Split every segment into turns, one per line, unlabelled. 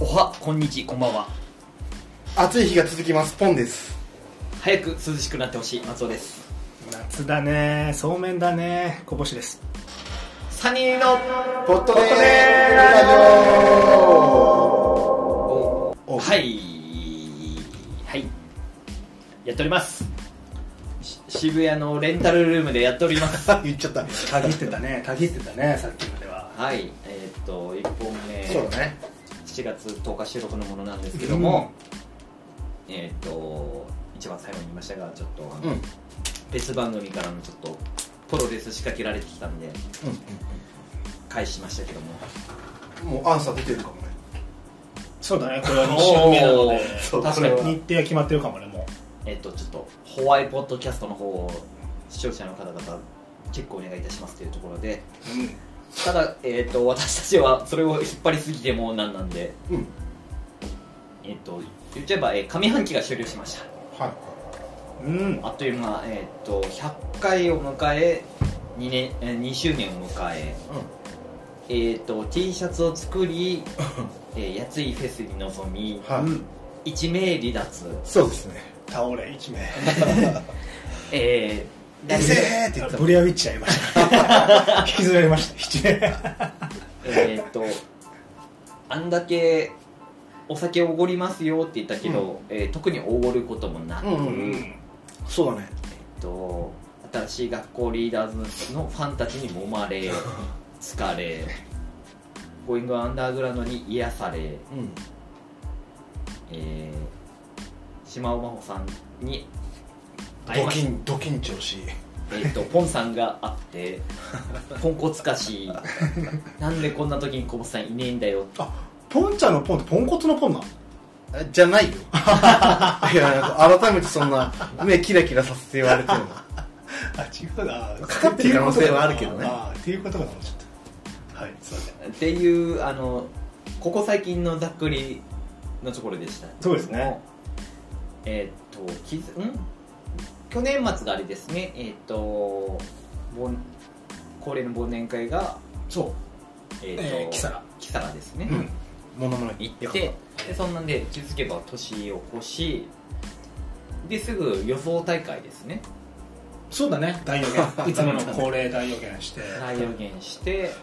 おはこんにちこんばんは
暑い日が続きますポンです
早く涼しくなってほしい松尾です
夏だねそうめんだねこぼしです
サニーの
ポッ
ポット
トで
でー
ラジオお
はいはいやっておりますし渋谷のレンタルルームでやっております
言っちゃった
たぎってたねたぎってたねさっきまでは
はいえーっと1本目
そうだね
7月10日収録のものなんですけども、えーっと一番最後に言いましたがちょっと、あの
うん
別番組からのちょっとプロレス仕掛けられてきたんで返しましたけども
もうアンサー出てるかもね
そうだねこれは2週 目なの
お
で
ー
そう
確
こ
か
れ
に
は
日程は決まってるかもねも
えっと、ちょっと、ホワイポッドキャストの方を視聴者の方々、チェックお願いいたしますというところで、ただ、えっと、私たちはそれを引っ張りすぎてもうなんなんで、
うん
えっと、言っちゃえば、えー上半期が終了しました。
はいう
うん
あっという間、えっと、100回を迎え、2, 年えー2周年を迎え、えっと、T シャツを作り、えー、やついフェスに臨み、
はい、
うん
一名離脱、
そうですね
倒れ一名
えー、
えせーって言った
ブリアウィッチやりました 引きずられました一名
えーっとあんだけお酒おごりますよって言ったけど、えー特におごることもなく、
うんう
え
んうんそうだね
ーっと新しい学校リーダーズのファンたちに揉ま れ疲れゴーイングアンダーグラウンドに癒され、
うん
えー、島尾真帆さんに会い
ド
ま
キ
し
ンドキン調子
えーっとポンさんがあ ってポンコツかしなんでこんな時にこぼさんいねえんだよ
あポンちゃんのポンってポンコツのポンなの
えじゃないよいやなんか改めてそんな目キラキラさせて言われても
あ違うな
かかってる可能性はあるけどね
あっていうことかなちょっとはいそうだね
っていうあのここ最近のざっくりのところでした
そうですね
えーっときずん去年末があれですねえーっと忘恒例の忘年会が
そう
え
えーキサラ
キサラですね、
うん
ものまね
行ってでそんなんで気づけば年を越しですぐ予想大会ですね
そうだね大予言いつもの恒例大予言して
大予言して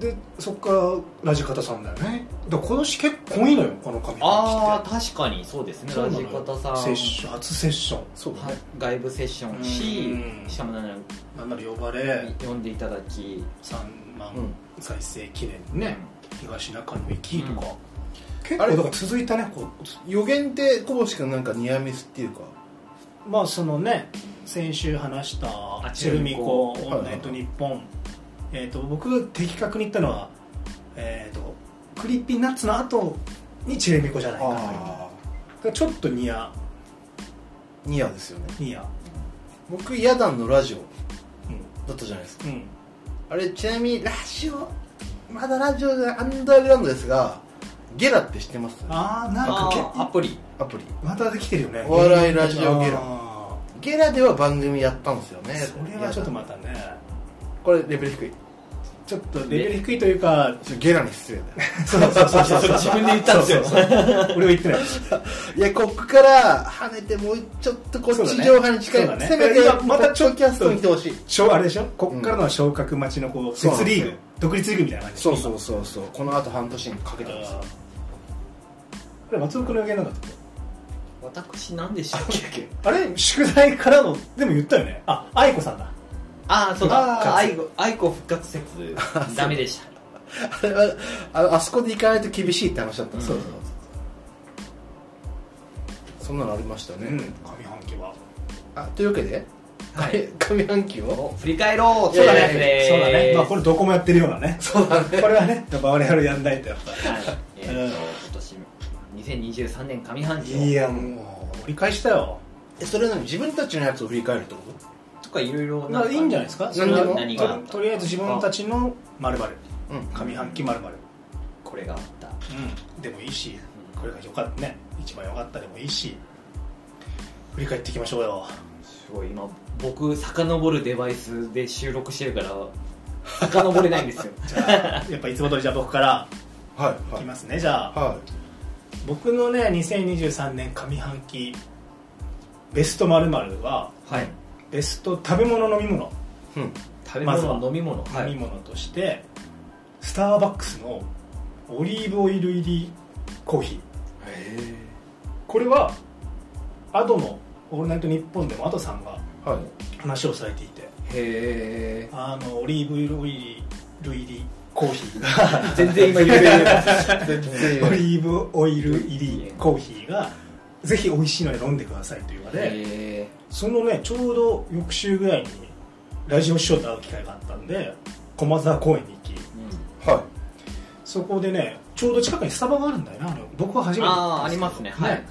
でそっからラジカタさんだよねだから今年結構濃いのよこの髪
あ
の
あ確かにそうですね
て
ラジカタさん
セッション初セッション
そうだ
は
ね
外部セッション
うん
ししかもなんか
なんなら呼ばれ
呼んでいただき、
3万
うん
再生記念ね、東中野行きとか、結
あ
構
れ
だから続いたねこう
予言ってこぼしくんなんかニアミスっていうか
まあそのね先週話した「チェルミコ」「オールナイトニッポン」えーと僕が的確に言ったのは、えー、とクリッピーナッツの後にチェルミコじゃないかなだか
あ
らちょっとニア
ーニアですよね
ニア
僕ヤダンのラジオ
う
だったじゃないですか
ん、うん、
あれちなみにラジオまだラジオじゃないアンダーグラウンドですがゲラって知ってます
ああなん
あ
かけ
ーアプリ
アプリ
またできてるよね
お笑いラジオゲロ
あ
ゲラでは番組やったんですよ
ー
ね
それはちょっとまたね
これレベル低い
ちょっとレベル低いというか
ちょゲラに失礼だよ
そうそうそう
それ自分で言ったんですよ
そうそうそう俺は言ってない
いやこっから跳ねてもうちょっとこっ
そう
ち
だね
上派に近い、
そうだね
せめ
い
て
やまたちょ
ポッドキャストに来てほしい
小あれでしょこっからの昇格待ちのこう
そうなん
設
です
リ
よ
ーグ独立リーグみたいな感じ
そうそうそうそうこのあと半年にかけてます よ
あーあれ松尾君の予言なんだったっ
私何でしたっけ
けあれ宿題からのでも言ったよねあ愛子さんだ
ああそう
復活
だ愛子愛子復活説ダメでした
あれはああ そこで行かないと厳しいって話だったんですよ
うん
そんなのありましたね、
うん上半期は
あというわけで、
はい
あれ 上半期を
振り返ろう
そうだね
って
そうだねまあこ
これ
れどこもやってるようなね
そうだ
これはねやっぱ我々やんないとやっぱ
はいえーと
うん
今年2023年上半期を
いやもう折り返したよ
えそれなのに自分たちのやつを振り返るってこと
とかいろいろ
まあいいんじゃないですかそれは
何でも
何があった
ととりあえず自分たちの丸々
うん
上半期丸々
これがあった
うんでもいいしこれが良かったね一番良かったでもいいし振り返っていきましょ うよ
すごい今僕遡るデバイスで収録してるから遡れないんですよ
じゃあやっぱいつも通りじゃあ僕から
はい
い
は
き
い
ますねじゃあ
は
僕のね2023年上半期ベスト〇〇は
はい
ベスト食べ物飲み物、
いうん
食べ
まず
物、
は
飲み物は
飲み
い
物としてスターバックスのオリーブオイル入りコーヒー
へ
これはアドの「オールナイトニッポン」でもアドさんが
えはい
話をされていて
へえ
あのオリーブオイル入りコーヒーが
全然今言えない
全 然
オリーブオイル入りコーヒーがぜひ美味しいので飲んでくださいというので
へ
そのねちょうど翌週ぐらいにラジオ師匠と会う機会があったんで駒沢公園に行き
はい
そこでねちょうど近くにスタバがあるんだよなあの僕は初めて
ああありますねはい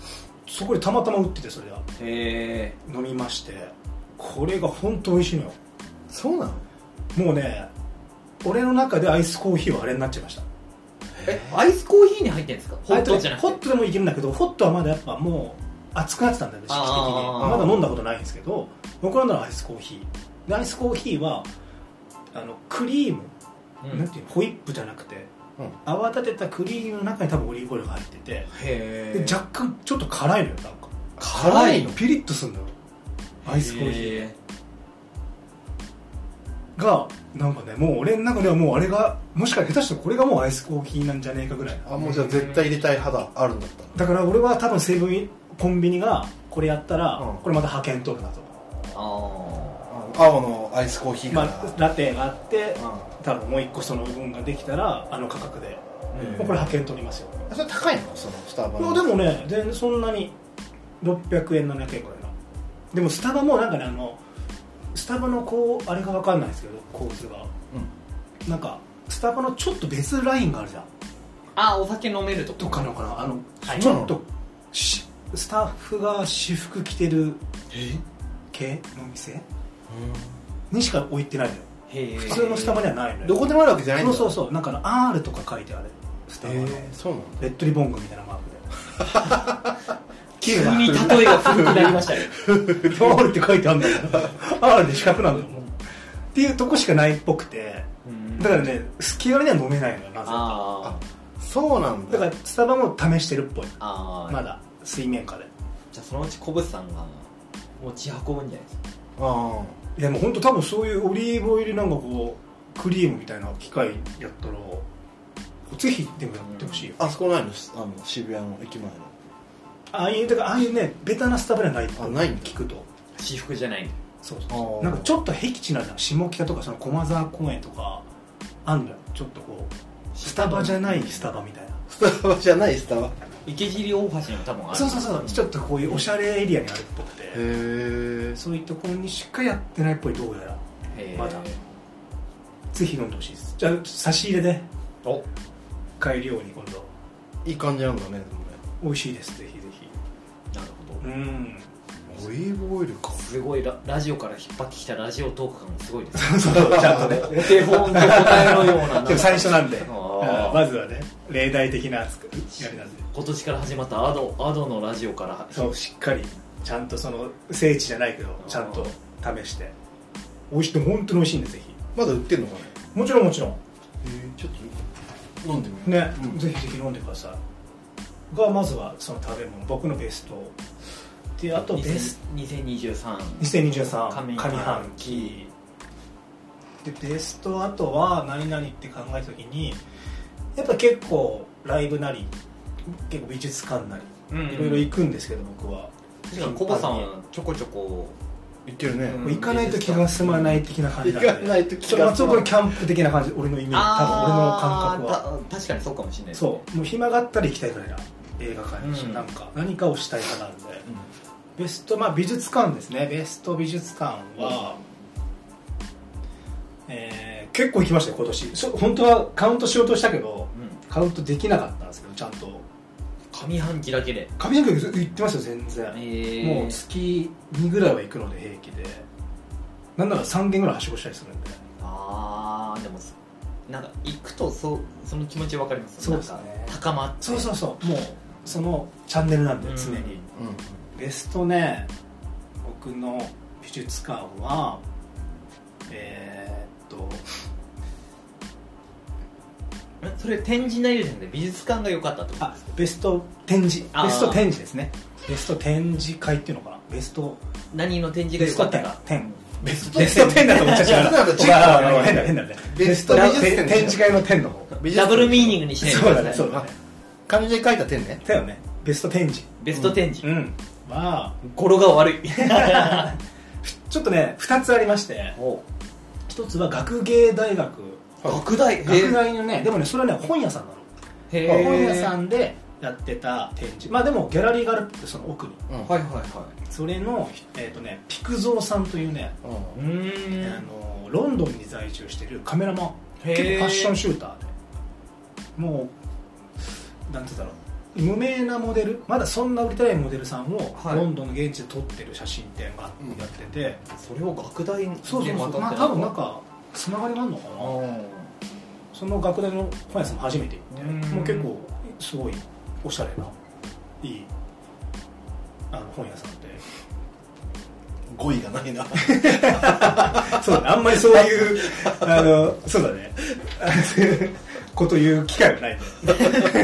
そこでたまたま売っててそれが
えへえ
飲みましてこれが本当美味しいのよ
そうなの
もうね俺の中でアイスコーヒーはあれになっちゃいました
えアイスコーヒーに入ってるんですかホットじゃなくて
ホットでもいけるんだけどホットはまだやっぱもう熱くなってたんだよね時期的
あ
に
ー
まだ飲んだことないんですけど僕飲んだのはアイスコーヒーでアイスコーヒーはあのクリーム、
うん
なん
へ
ていうのホイップじゃなくて
うん
泡立てたクリームの中に多分オリーブオイルが入っててで
え
若干ちょっと辛いのよなんか
辛いの
ピリッとするのよアイスコーヒー
へ
がなんかねもう俺の中ではもうあれがもしかしたら下手したらこれがもうアイスコーヒーなんじゃねえかぐらい
あもうじゃあ絶対入れたい肌あるんだったら
だから俺は多分セブンコンビニがこれやったら、
うん
これまた派遣取るなと、
ーあ
あ青のアイスコーヒーか
ま
ら、
あ、ラテがあって
あ
多分もう一個その分ができたらあの価格で、もう
ー
これ派遣取りますよ、
それ高いのそのスタバ
い
の
やでもね全然そんなに600円700円ぐらいなでもスタバもなんかねあのスタバのこうあれが分かんないですけど構図が、なんかスタバのちょっと別ラインがあるじゃん
あお酒飲めると
とかのかなあの、
はい
ちょっとしスタッフが私服着てる
え
系の店にしか置いてないのよ
へえ
普通のスタバにはないのよ
どこでもあるわけじゃないん
そ
だ
うそうそうなんかの R とか書いてあるスタバの、
へえそうなの
レッドリボングみたいなマークで
急に例えが古くなりま したね
R って書いてあるんだよ R で四角なんだよもうっていうとこしかないっぽくてだからね気軽には飲めないのよなぜか
あー
そうなんだ
だからスタバも試してるっぽい
あー
まだ水面下で
じゃあそのうち小渕さんが持ち運ぶんじゃないですか
あ
いやもう本当多分そういうオリーブオイルなんかこうクリームみたいな機械やったらぜひでもやってほしいよ、
ああそこないのあの渋谷の駅前の
ああいうだからああいうねベタなスタバではないと
あないんだ
聞くと
私服じゃないんだ
そうそう
あ
そ
ー
うなんかちょっと僻地なんだ下北とかその駒沢公園とかあんだよちょっとこうスタバじゃないスタバみたいな
スタバじゃないスタバへ
池尻大橋にも多分ある
そうそうそうちょっとこういうおしゃれエリアにあるっぽくて
え
そういうところにしかやってないっぽいどうやら
へー
まだぜひ飲んでほしいですじゃあ差し入れで
お
買えるように今度
いい感じなんだねでもね
美味しいですぜひぜひ
なるほど
うん
オリーブオイルか
すごいララジオから引っ張ってきたラジオトーク感もすごいですね
そうちゃんとね
お手本の答えのような
でも最初なん で
あー
うんまずはね例題的なやりなんで
今年から始まったアドアドのラジオから
そうしっかりちゃんとその聖地じゃないけどちゃんと試して美味しく本当に美味しいんでぜひ
まだ売ってんのかね
もちろんもちろん
えちょっと飲んでみ
ね、
うん
ぜひぜひ飲んでくださいがまずはその食べ物僕のベストであとベス
2023
2023
上半
上半
期
期でベストあとは何々って考えた時にやっぱ結構ライブなり結構美術館なりいろいろ行くんですけど僕は
確かにコバさんはちょこちょこ
言ってるね、
うん
もう行かないと気が済まない的な感じなんで
行かないと気
それ
が
は
済
そ
ま
こ
な
で
い
キャンプ的な感じ俺のイメージ多分俺の感覚は
は確かにそうかもしれない
そうもう暇があったら行きたいぐらいな映画館にし、
うん
なんか何かをしたい派なんで
うん
ベストまあ美術館ですねベスト美術館は、えー結構行きましたよ今年そ本当はカウントしようとしたけど
うん
カウントできなかったんですけどちゃんと
上半期だけで
上半期行ってますよ全然、も
も
う月2ぐらいは行くので平気でなんなら3軒ぐらいはしごしたりするんで
ああでもそなんか行くとそうその気持ちわかります
そうですね
なんか高まって
そうそうそうもうそのチャンネルなんで常に、
うん
うん
ベストね僕の美術館はえーっと
えそれ展示内容じゃなくて美術館が良かったってこと
あベスト展示
あー
ベスト展示ですねベスト展示会っていうのかなベスト
何の展示
ベ
が
ス
良か
ト
った
展
か
展
ベス
ベスト10だと思っちゃった
そうなんだチェックはない
変だ変だね
ベスト美術展でしょ
展示会の10の方
美術
ダブルミーニングにしないでく
そう
ださ
だ
い
ねそうだね
漢字で書いた点ね
だよねベスト展示
ベスト展示、
うんまあ
語呂が悪い
ちょっとね2つありまして
お
一つは学芸大学
学大へ
学大のねでもねそれはね本屋さんなの
へ
まあ
ー
本屋さんでやってた展示まあでもギャラリーがあるってその奥に
うん
はいはいは
それの、えーとね、ピクゾーさんというね、
いう
う
ー
あ
ん
のロンドンに在住してるカメラマン
へー
結構ファッションシューターでもうなんて言うんだろう無名なモデルまだそんな売りたいモデルさんを、
はい
ロンドンの現地で撮ってる写真展が
うん
やってて、
それを学大に
そうそうそう、まあ、多分なんかつながりがあるのかな、その学大の本屋さんも初めて行って、
うん
もう結構すごいおしゃれないいあの本屋さんで。
語彙がないな
そうだね、あんまりそう いう、あの、そうだね、 あこと言う機会はないね。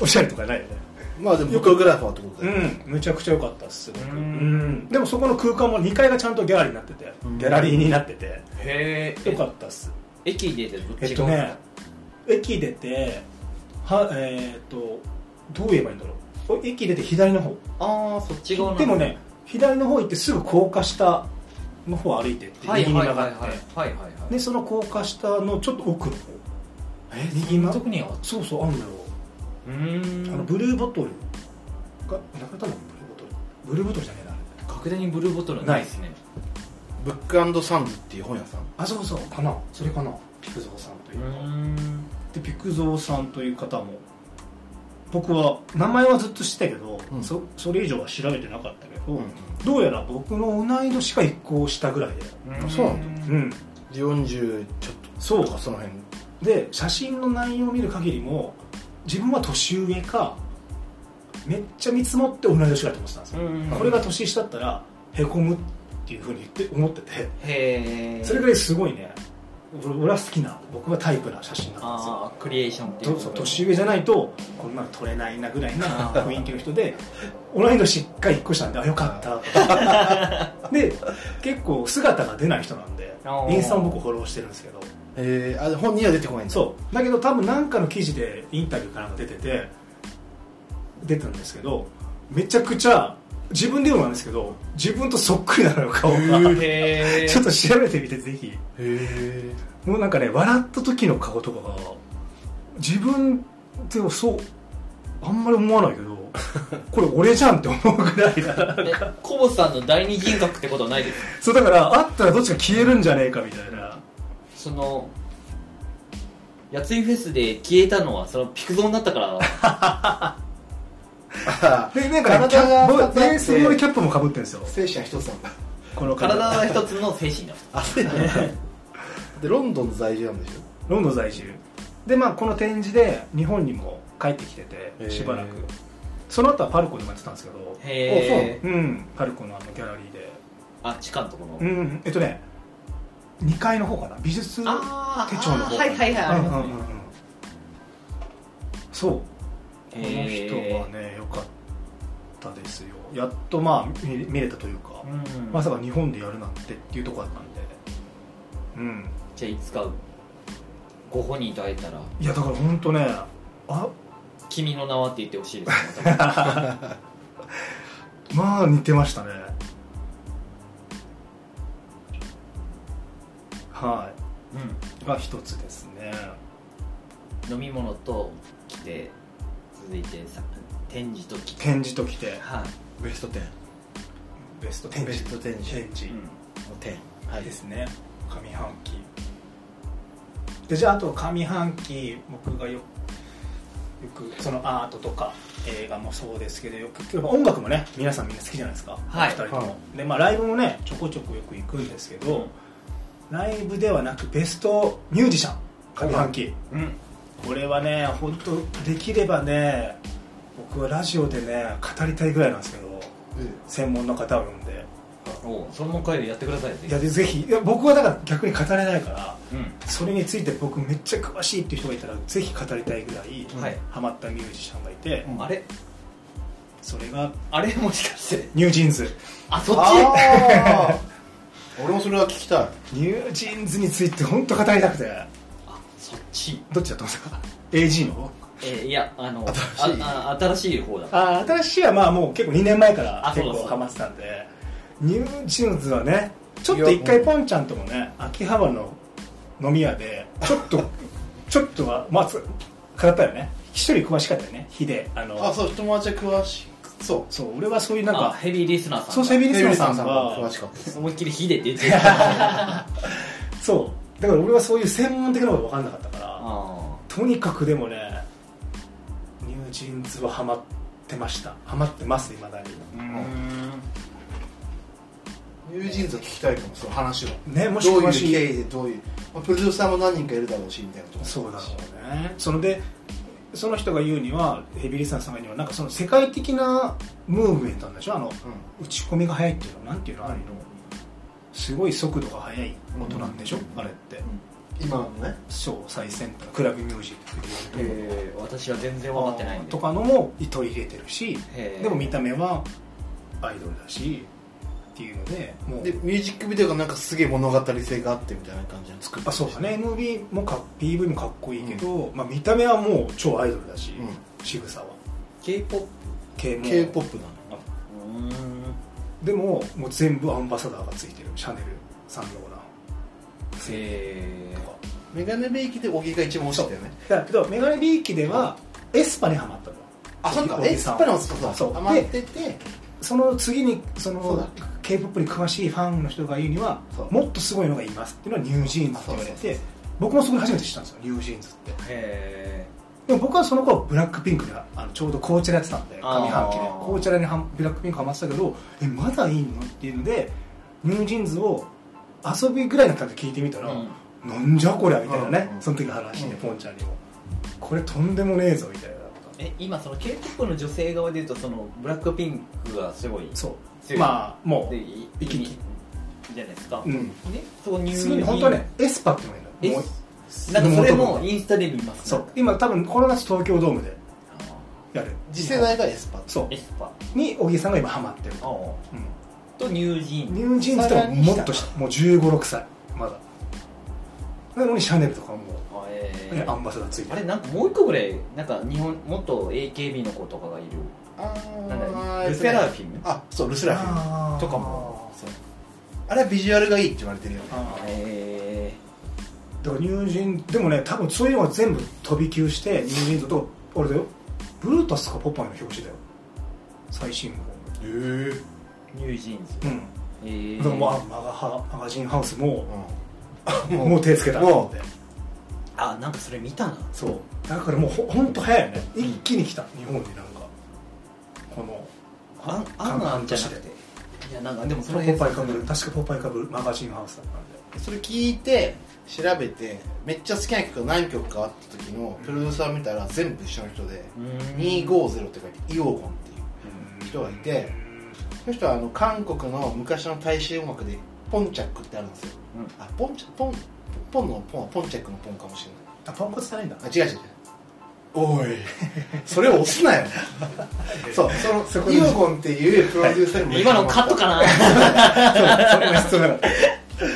おしゃれとかないよね。
まあでもフォトグラファーってこと
う
だよ
ん、むちゃくちゃ良かったっす、すごく。
う
うんん。でもそこの空間も2階がちゃんとギャラリーになってて
うん、
ギャラリーになってて、
へえ
良かったっす。
駅出てどっ
えっ
ち
と
が、
ね、駅出て、は、えーっと、どう言えばいいんだろう。お駅出て左の方。
ああそっち側なんだ
でもね、左の方行ってすぐ高架下の方歩いてって、
はい
右
はい
に
はいはい
曲が
はい
って。
はいはい
でその高架下のちょっと奥の方
え
右な
特には
そうそうあんのよ、
う
あの
ーん
ブルーボトルがなくなったのブルーボトルブルーボトルじゃねえな
学大にブルーボトルはないですね
ブックサンズっていう本屋さん
あそうそうかなそれかなピクゾーさんといううか、
ん
でピクゾーさんという方も僕は名前はずっと知ってたけど、
うん
そそれ以上は調べてなかったけど、
うん
どうやら僕の同い年か一個下ぐらいで
あそうなん
だ
うん
40ちょっ
そう
ととかその辺
で写真の内容を見る限りも自分は年上かめっちゃ見積もって同い年だと思ってたんですよ、
うん
これが年下だったらへこむっていうふうに言って思ってて
へえ
それぐらいすごいね俺俺は好きな僕はタイプな写真だったんですよ
ああクリエーションってい
と
う
そう年上じゃないとこんなの撮れないなぐらいな雰囲気の人で同い年が1個下なんであよかった とで結構姿が出ない人なんで
あー
インスタも僕フォローしてるんですけど
えー、あ本には出てこないんだ
そうだけど多分何かの記事でインタビューかなんか出てて出てたんですけどめちゃくちゃ自分で言うのなんですけど自分とそっくりなのよ顔が
へえ
ちょっと調べてみてぜひ
へ え
もうなんかね笑った時の顔とかが自分でもそうあんまり思わないけど これ俺じゃんって思うぐらいだ
えコボさんの第二人格ってことはないですか
そうだからあったらどっちか消えるんじゃねえかみたいな
そのやついフェスで消えたのはそのピクゾーになった から
あ
でなんかねキ
体が
ャ
二つ
ッ
あっ
プ
て
ベースのキャップもかぶってるんですよ
あ精神は一つなんだ
この
体は一つの精神だ
あ精神なんだでロンドン在住なんでしょ
ロンドン在住でまあこの展示で日本にも帰ってきて
へ
て
ー
しばらくその後はパルコでもやってたんですけど
へえ
うんパルコのあのギャラリーで
あ地下のところ、
うんえっとね2階の方かな美術手帳の
あー
方
あーはいはいはいありますね
うんうんうんうんそうこ
へ
の
ー
人はねよかったですよやっとまあ見見れたというか、
うん
まさか日本でやるなんてっていうとこだったんでうん
じゃあいつかご本人と会えたら
いやだから本当ねあ
「君の名は」って言ってほしいですねまた
まあ似てましたね
う
はいが一つですね
ん飲み物と来て続いてさ展示と来て
展示ときて
はい、
ベスト10
ベスト
ベスト展示
展示
うん
の10は
ですね上半期でじゃああと上半期僕がよよくそのアートとか映画もそうですけどよく音楽もね皆さんみんな好きじゃないですか、
はい
お二人とも、
は
でまあライブもねちょこちょこよく行くんですけど、ライブではなくベストミュージシャン上半期
うん、
これはね本当できればね僕はラジオでね語りたいぐらいなんですけど
うん
専門の方を呼んで
おうその回やってください
いや
ぜ
でぜひいや僕はだから逆に語れないから
ひうん
それについて僕めっちゃ詳しいっていう人がいたらぜひ語りたいぐらい
はい
ハマったミュージシャンがいて、
うん
あれ
それが
あれもしかして
ニュージーンズ
あそっち
あー 俺もそれは聞きたい
ニュージーンズについて本当語りたくて
あそっち
どっちだと思うんですか AG の
えーいやあの
新しい
ああ新しい方だ
あ新しいはまあもう結構2年前から
あそう
結
だ
構
そうだ
ハマってたんでニュージーンズはねちょっと一回ポンちゃんともね秋葉原の飲み屋でちょっと ちょっとはまあつ語ったよね一人詳しかったよねヒデあの
あそう友達詳しくそう
そう俺はそういうなん
あ
か
ヘビーリスナーさん
そうヘビーリスナーさん
テレビ
が
詳しかったです
思いっきり「ヒデ」って言ってた
そうだから俺はそういう専門的なことが分かんなかったから
あ
とにかくでもねニュージーンズはハマってましたハマってますいまだに
ーうーん
ニュージーンズを聞きたいかもその話を
ねもし
どうい
詳
う
しい
経緯でどういう、まあ、プロデューサーも何人かいるだろうしみたいなことも
そうだろうねそのでその人が言うにはヘビーリスナーさんが言うにはなんかその世界的なムーブメントなんでしょあの
う
打ち込みが速いっていうのはなんていうのあれのすごい速度が速い音なんでしょ、
うん
あれって、
ん今のね
超最先端クラブミュージッ ク
えー私は全然分かってないんで
とかのも糸入れてるし
へー
でも見た目はアイドルだしっていうのでもう
でミュージックビデオがなんかすげえ物語性があってみたいな感じで作って
あそうだね MV もか PV もかっこいいけど、まあ、見た目はもう超アイドルだし、
う
仕草は
k p o p
K も
k p o p なの
でももう全部アンバサダーがついてるシャネルサンローラ
え
ンとか
メガネベイキで小木が一番推してたよね
だけどメガネビーキではエスパにはまったの
あそっか
小木
エ
さ
ス
ん
パランスと
そ
そうう余ってて
その次にそ
そう
の
だ
k p o p に詳しいファンの人が言うには
そう
もっとすごいのがいますっていうのはニュージーンズって言われ
あそうそう
て僕もそこで初めて知ったんですよニュージーンズって
へ
でも僕はその頃ブラックピンクであのちょうど紅茶やってたんで上
あー
半期で紅茶にはブラックピンクハマってたけどえまだいいのっていうのでニュージーンズを遊びぐらいの感じで聞いてみた
え
ら、なんじゃこりゃみたいなね、
うんうん
その時の話で、
うん
ポンちゃんにもこれとんでもねえぞみたいなとか
え今その k p o p の女性側でいうとそのブラックピンクがすごい
そう
強い
まあも
で
う
い
生き生き
いじゃないですか、
う
ね
ん
そう入
次に本当はねエスパっていうのがいい
え
のもう
なんかそれもインスタで見ます、ね、
そう今多分この夏東京ドームでやる
次世代がエスパ
そ
エスパ
うに小木さんが今ハマってる
ああ
うん
とニュージーン
ニュージーンズとかもっとし
さ
もう1 5六6歳まだなのにシャネルとかも
あえ
う、ね
ー
アンバサダーついて
あ
る
れなんかもう一個ぐらいなんか日本もっと AKB の子とかがいる
あ
なんだ
ー
ルセラフィム
あそうルセラフィム
あー
とかも
そうあれはビジュアルがいいって言われてるよね
あー
え
だからニュージーンでもね多分そういうのが全部飛び級してニュージーンズと俺だよブルータスかポパイの表紙だよ最新号
へえ
ー、ニュージーンズ
うん、
え
だから
ー、
まあマガハマガジンハウスも
も
も
う
う手つけたと思って
あなんかそれ見たな
そうだからもうほほんと早いよね一気に来た日本になんかこの
あんあんあんじゃなくていやなんかでもそ
ポ
の辺
パイかぶる確かポパイかぶるマガジンハウスだったんで
それ聞いて調べてめっちゃ好きな曲が何曲かあった時のプロデューサー見たら全部一緒の人で
うーん
250って書いてイオゴンっていう人がいて
うん
その人はあの韓国の昔の大衆音楽でポンチャックってあるんですよ、
うん
あポンチャポンポンのポンはポンチャックのポンかもしれ
あ
な
ポンコツじゃないんだ
いあ違う違う違うおい それを押 すなよそうその
そこで
イオゴンっていうプロデューサーにも
今のカット かな
それも必要 なかった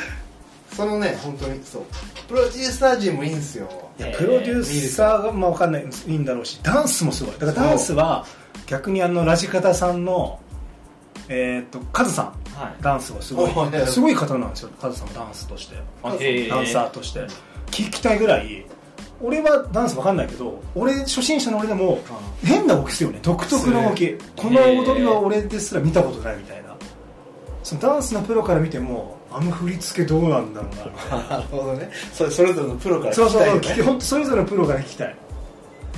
そのね本当にそうプロデューサー陣もいいんですよ
い やプロデューサーがまあわかんないいいんだろうしダンスもすごいだからダンスは逆にあのラジカタさんのえーっとカズさん
はい
ダンスがすごい
おい
すごい方なんですよカズさんもダンスとして
あへー
ダンサーとして聞きたいぐらい俺はダンスわかんないけど俺初心者の俺でも変な動きするよね独特の動きこの踊りは俺ですら見たことないみたいなそのダンスのプロから見てもあの振り付けどうなんだろうなみたいな
なるほどねそれそれぞれのプロ から
そうそうそう、
ね
聞き本当それぞれのプロから聞きたい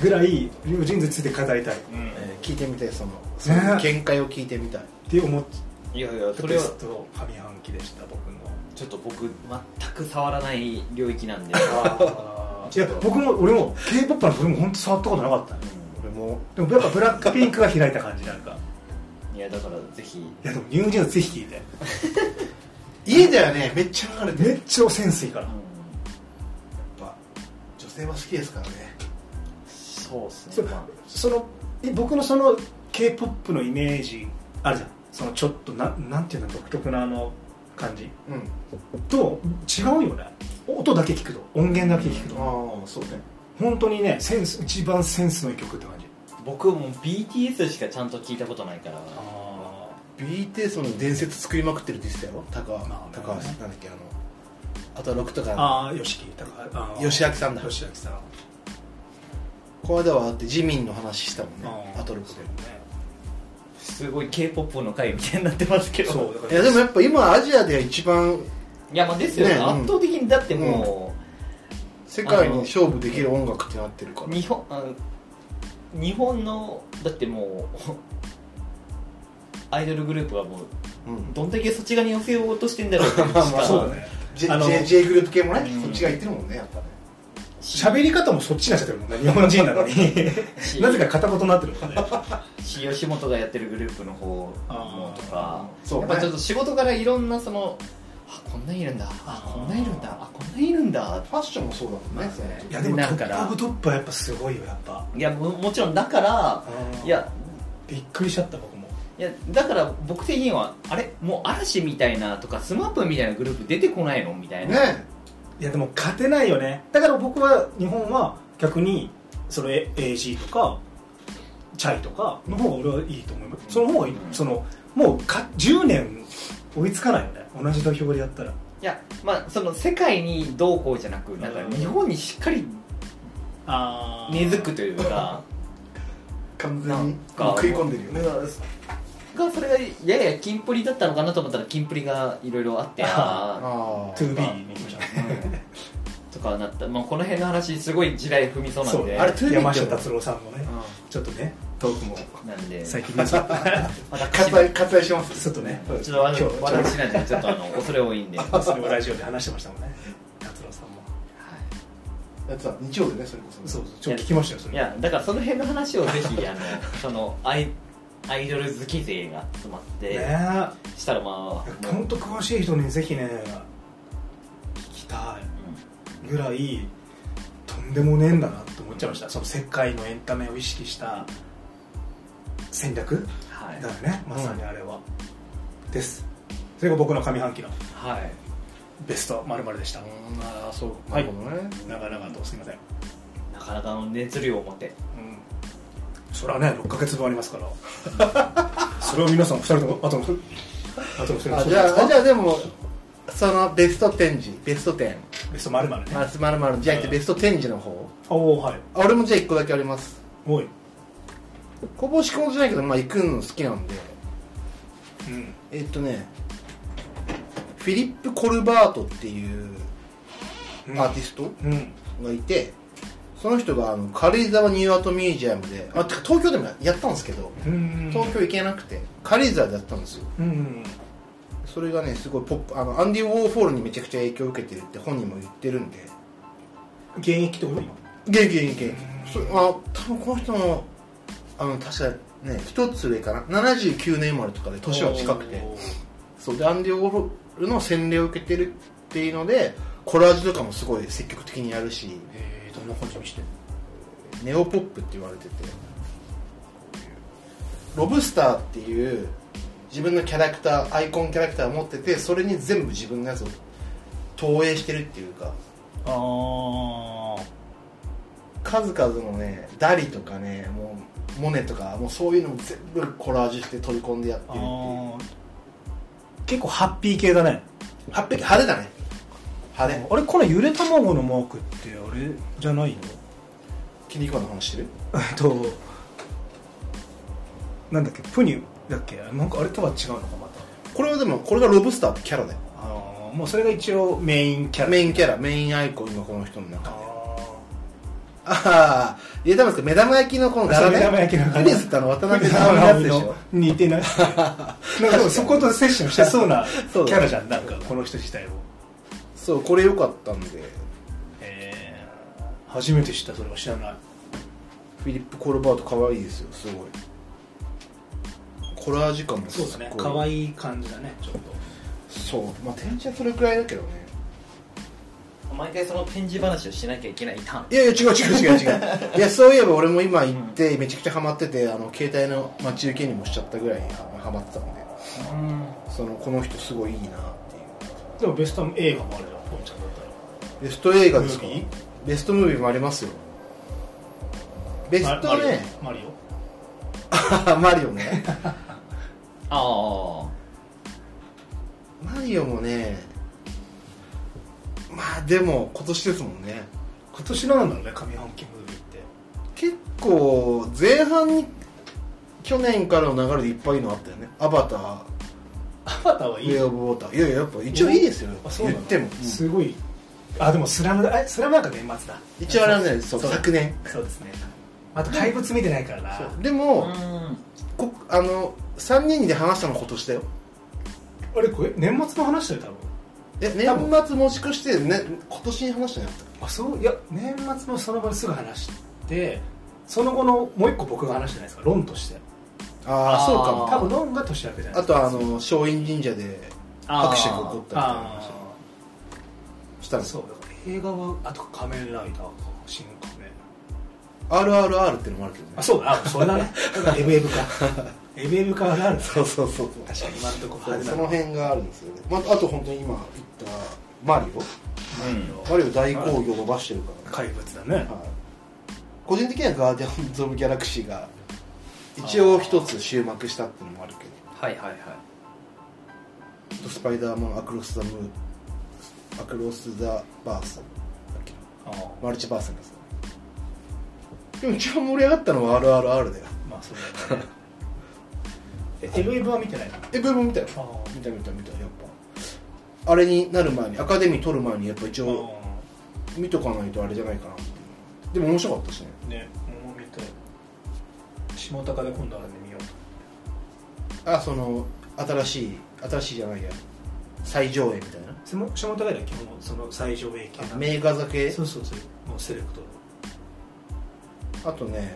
ぐらいニュージーンズについて語りたい
う
っ
ん
えー聞いてみたいそのその見解を聞いてみたい、
て思って
いやいやそ
そ
れ
れ
は
はと上半期でした僕の
ちょっと僕全く触らない領域 なんで
いや僕も俺も k p o p なんか俺も本当触ったことなかったね
俺も
でもやっぱブラックピンクが開いた感じなんか
いやだからぜひ
いやでもニューリーンぜひ聞いて
家ではねめっちゃ流れて
め
るやっ
っちゃセンスいいから
ぱ女性は好きですからね
そうっす
そ
ね、ま
そのえ僕のその k p o p のイメージあるじゃんそのちょっとなんなんていうの独特なあの感じ
うん
と違うよね音だけ聞くと音源だけ聞くと、
ああそうね
本当にねセンス一番センスのいい曲って感じ
あ、僕もう BTS しかちゃんと聞いたことないから
あ
BTS の伝説作りまくってるって言ってたよ高,、
まあ
高橋なんだっけあのあと6とか
ああ YOSHIKI とかあー
吉明さんだ
吉明さん
この間はだってジミンの話したもんねあと6
そう
で
すごい k p o p の回みたいになってますけ
ね
ど
そうだから
いやでもやっぱ今アジアで一番
いやまあですよね
ねうん
圧倒的にだっても
世界に勝負できる音楽ってなってるか
う、
ら
日本あ日本のだってもうアイドルグループはもう
うん
どんだけそっち側に寄せようとしてんだろうっていうし か
まあ
そうだね
J,
あの
J, J グループ系もね、
うん
そっちが言ってるもんねやっぱね
喋り方もそっちになっちゃってるもんね日本人なのに
し
なぜか片言になってるもんね
し吉本がやってるグループの方もとか
ーそうね
やっぱちょっと仕事からいろんなそのあこんないるんだあこんないるんだあこんないるんだ
ファッションもそうだもんね、
いやでもト
だ
ッ
か
プ
ら
オブトップはやっぱすごいよやっぱ
いやももちろんだからいや
びっくりしちゃった僕も
いやだから僕的にはあれもう嵐みたいなとかスマップみたいなグループ出てこないのみたいな、
ね
いやでも勝てないよねだから僕は日本は逆にその A- AG とかチャイとかの方が俺はいいと思います、その方がいい、
うん
そのもうか10年追いつかないよね同じ土俵でやったら
いやまあその世界にどうこうじゃなくなんか日本にしっかり
あ
根付くというか
完
な
全
ん
に
か
食い込んでるよね
がそれがややキンプリだったのかなと思ったらキンプリがいろいろあってあー
ああ
2B に行きましょ
とかなった、まあ、この辺の話すごい地雷踏みそううなんで
あれ 2B って
山下達郎さんもね
あ
ちょっとねトークも
なんで
最近ねちょっ と
あ割愛割愛します
ちょっとね
ちょっ
今
と
日
私なんでちょっとあの恐れ多いんで、はい、
それもラジオで話してましたもんね達郎さんも
やってた日曜でねそれこそ
そうそうちょっと聞きましたよそれ
いやだからその辺の話をぜ ひあのそのアイアイドル好き勢が集まって、
ね
したらま あも
本
う
当詳しい人にぜひね聞きたいぐらいとんでもねえんだなって思っちゃいましたその世界のエンタメを意識した戦略
はい
だよねまさにあれは、ですそれが僕の上半期の
はい
ベストまるでした、
うんああそう
はい
なるほどね
長々とすいません、うん、
なかなかの熱量を持って
それはね6ヶ月分ありますから それを皆さん2人ともあとのあとの2人も
あ
そう
じ
じゃないで
ゃ
す
あ
か
じゃあでもそのベスト展示ベスト10
ベストまるね
まるまるまるじゃあってベスト展示の方
おおはい
あ俺もじゃあ1個だけあります
おい
こぼしこもじゃないけどまあ行くの好きなんで
うん
えっとねフィリップ・コルバートっていう
うん
アーティスト
うん
がいてその人があの軽井沢ニューアートミュージアムであてか東京でもやったんですけど
うん
東京行けなくて軽井沢でやったんですよ
うん
それがねすごいポップあのアンディ・ウォーフォールにめちゃくちゃ影響を受けてるって本人も言ってるんで
現役ってこと今
元気元気それあ多分この人もあの確かね一つ上かな79年生まれとかで年は近くてそうでアンディ・ウォーホルの洗礼を受けてるっていうのでコラージュとかもすごい積極的にやるし
えー、どんな感じにして
ネオポップって言われててロブスターっていう自分のキャラクターアイコンキャラクターを持っててそれに全部自分のやつを投影してるっていうか
ああ
数々のねダリとかねもうモネとかもうそういうのも全部コラージュして取り込んでやってるっていう
結構ハッピー系だね
800派手だね
あ
派手
れこのゆで卵のマークってあれじゃないの
キリコの話してる
えっとなんだっけプニュだっけなんかあれとは違うのかまた
これはでもこれがロブスターってキャラだよ
あーもうそれが一応メインキャラ
メインキャラメインアイコンがこの人の中で
あ
ああ入れたんですけど目玉焼きのこの
ー
柄ね
目玉焼きの
フリスってあの渡辺直美のやつでしょ
似 てないなんかでもそことセッションしてそうなキ
そうだね
ャラじゃんなんかこの人自体を
そうこれ良かったんで
えー、初めて知ったそれは知らない
フィリップ・コルバート可愛いですよすごいコラージュ感もす
そ
ご
う
い
だね可愛い感じだねちょっと
そうまあ展示はそれくらいだけどね
毎回その展示話をしなきゃいけないターン
いやいや違う違う違う違ういやそういえば俺も今行ってめちゃくちゃハマっててあの携帯の待ち受けにもしちゃったぐらいハハマってたんでそのこの人すごいいいなっていう
でもベスト映画もあるじゃんポンちゃんだったら
ベスト映画ですか
ムービー
ベストムービーもありますよベストね
マリオマリ
マリオね
ああ
マリオもねまあでも今年ですもんね
オ今年なんだろうね上半期ムービーって
結構前半に去年からの流れでいっぱいのあったよねアバター
アバターは
ウ
いい
ェアオブウォーターいやいややっぱ一応いいですよ
あそうな
言っ
の
ても、
すごいあでもスラムダえスラムダンク年末だ
一応あれはねそう
そう
昨年
そうですねあと怪物見てないからな
で
う
も、
ん
こあの3人で話したの今年だよ
あれこれ年末の話だよ多分
え
多
年末もしかして、ね、今年に話したんやったっ
あそういや年末のその場ですぐ話してその後のもう一個僕が話してないですかロンとして
けああ
あー
そうかも
多分ロンが年明けじゃない
あとはあの松陰神社で
あー
拍手が起こったみたいな話
あ
したん
あ
です
そ
よ
うだから映画はあと仮面ライダーか新仮面
RRR ってのもあるけどね
あそうだあそれだねエブエ ブかエブエブかあるある
そうそうそう
確かに今のとこ
そ
派
う
手
そ
な
の辺があるんですよね、まあ、あと本当に今言ったマリオマリオ大興行伸ばしてるから、
怪物だね
はい、個人的にはガーディアンズ・オブ・ギャラクシーが一応一つ終幕したってのもあるけど
はいはいはい
あとスパイダーマンアクロス・ザ・ムーアクロス・ザ・バースだっけな
ああ
マルチバースなんですよでも一番盛り上がったのは RRR だよ
まあそうだよね えエブエブは見てないの
えブーム見たよ
ああ
見た見た見たやっぱあれになる前にアカデミー取る前にやっぱ一応見とかないとあれじゃないかなっていうでも面白かったしね
ねもう見て下高で今度あれで見よう
あその新しい新しいじゃないや最上映みたいな
その下高いだっけもうその最上映系
あ名画酒
そうそうそうもうセレクトの
あとね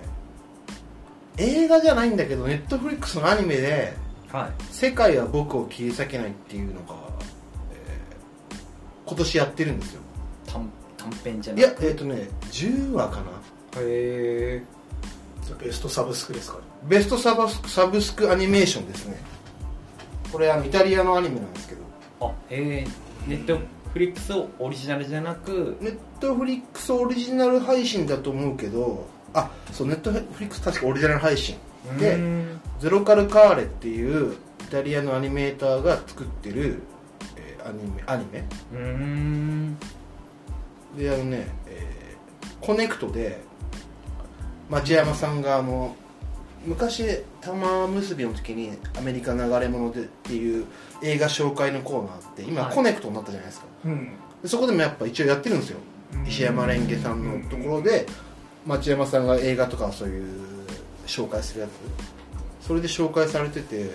映画じゃないんだけどネットフリックスのアニメで
はい
「世界は僕を切り裂けない」っていうのが、えー今年やってるんですよ
短短編じゃ
い
な
や
く
えっ、とね10話かな
へえ
それベストサブスクですから
ベストサブスクサブスクアニメーションですねこれあのイタリアのアニメなんですけど
あへえネットフリックスオリジナルじゃなく
ネットフリックスオリジナル配信だと思うけどあそうネットフリックス確かオリジナル配信で
うん
ゼロカルカーレっていうイタリアのアニメーターが作ってる、えーアニメアニメ
うん
であのね、えーコネクトで町山さんがあの昔玉結びの時にアメリカ流れ物でっていう映画紹介のコーナーあって今
はい
コネクトになったじゃないですか、
うん
でそこでもやっぱ一応やってるんですよ石山レンゲさんのところで町山さんが映画とかそういう紹介するやつそれで紹介されてて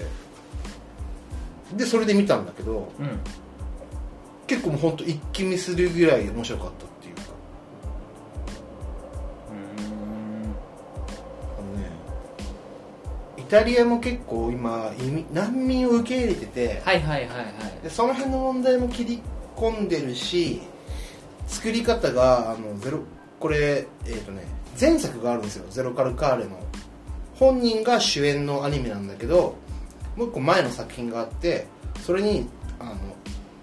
でそれで見たんだけど
うん
結構もうほんと一気見するぐらい面白かったっていうか
うん
あのねイタリアも結構今移民難民を受け入れてて、
はいはいはいはい
でその辺の問題も切り込んでるし作り方があのゼロこれえっ、とね前作があるんですよ「ゼロカルカーレ」の本人が主演のアニメなんだけどもう一個前の作品があってそれにあの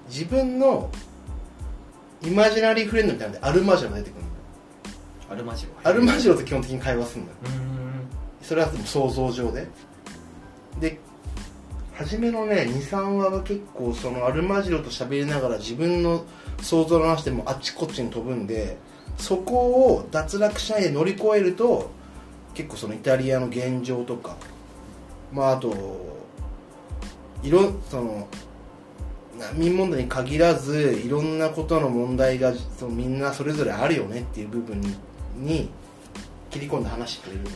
自分のイマジナリーフレンドみたいなのでアルマジロが出てくるの
アルマジロ
アルマジロと基本的に会話するんだよ
うん
それはでも想像上でで初めのね23話は結構そのアルマジロと喋りながら自分の想像の話でもあっちこっちに飛ぶんでそこを脱落しないで乗り越えると結構そのイタリアの現状とかまああといろんその難民問題に限らずいろんなことの問題がそのみんなそれぞれあるよねっていう部分にに切り込んで話してくれるんで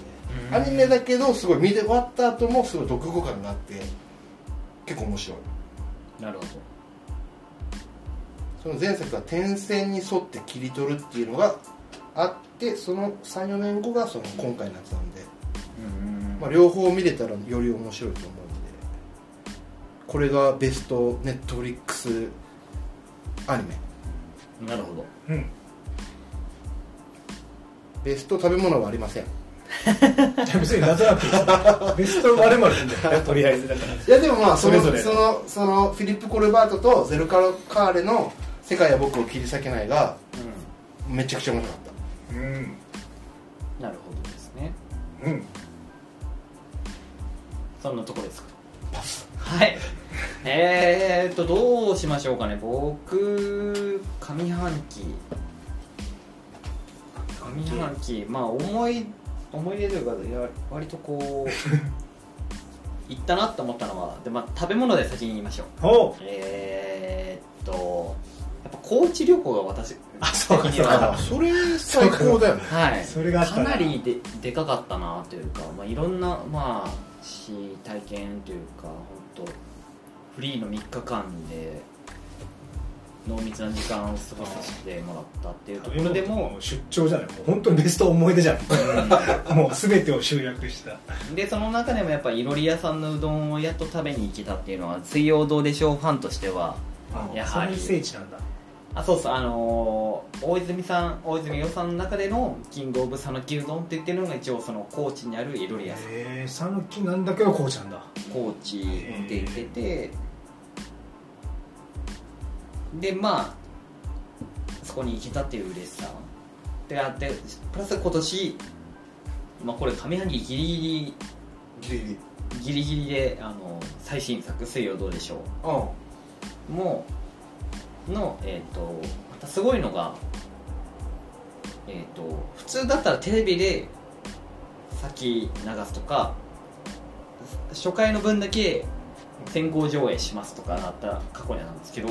うん
アニメだけどすごい見て終わった後もすごい読後感があって結構面白い
なるほ
その前作は点線に沿って切り取るっていうのがあってその34年後がその今回のやつなんで、
どうん
まあ、両方見れたらより面白いと思うんでこれがベストネットフリックスアニメ
なるほど
うん
ベスト食べ物はありませんい
じ ゃあ別に謎なくていいですよベスト我々なんだよ とりあえずだから
やでもまあその
それぞ
そ
れ
のそのフィリップ・コルバートとゼルカロ・カーレの「世界は僕を切り裂けない」がめちゃくちゃ面白かった
うん
なるほどですね
うん
そんなとこですかはい えーっとどうしましょうかね僕上半期上半期まあ思い思い出というかいや割とこ う行ったなと思ったのはで、まあ、食べ物で先に言いましょう
おう
えーっとやっぱ高知旅行が私
あそうかそう
あ
か
それ最高だよね
はい、
それがあった
か
な
なりででかかったなというか、まあ、いろんな、まあ、し体験というか本当フリーの3日間で濃密な時間を過ごさせてもらったっていうところでも、
出張じゃないもう本当にベスト思い出じゃんもう全てを集約した
うんでその中でもやっぱいろり屋さんのうどんをやっと食べに行けたっていうのは水曜どうでしょうファンとしてはやはり
それ聖地なんだ
あそうそうあのー大泉さん大泉洋さんの中でのキングオブ讃岐うどんって言ってるのが一応その高知にあるいろり屋さん
ええ讃岐なんだけどこうちゃんだ
高知って言っててでまあそこに行けたっていう嬉しさであってプラス今年、まあ、これ上半期ギリギ
ギリギリ
リギリギリであの最新作「水曜どうでしょ
うん
う」ものえっ、とまたすごいのがえっ、と普通だったらテレビで先流すとか初回の分だけ先行上映しますとかだったら過去になんですけど、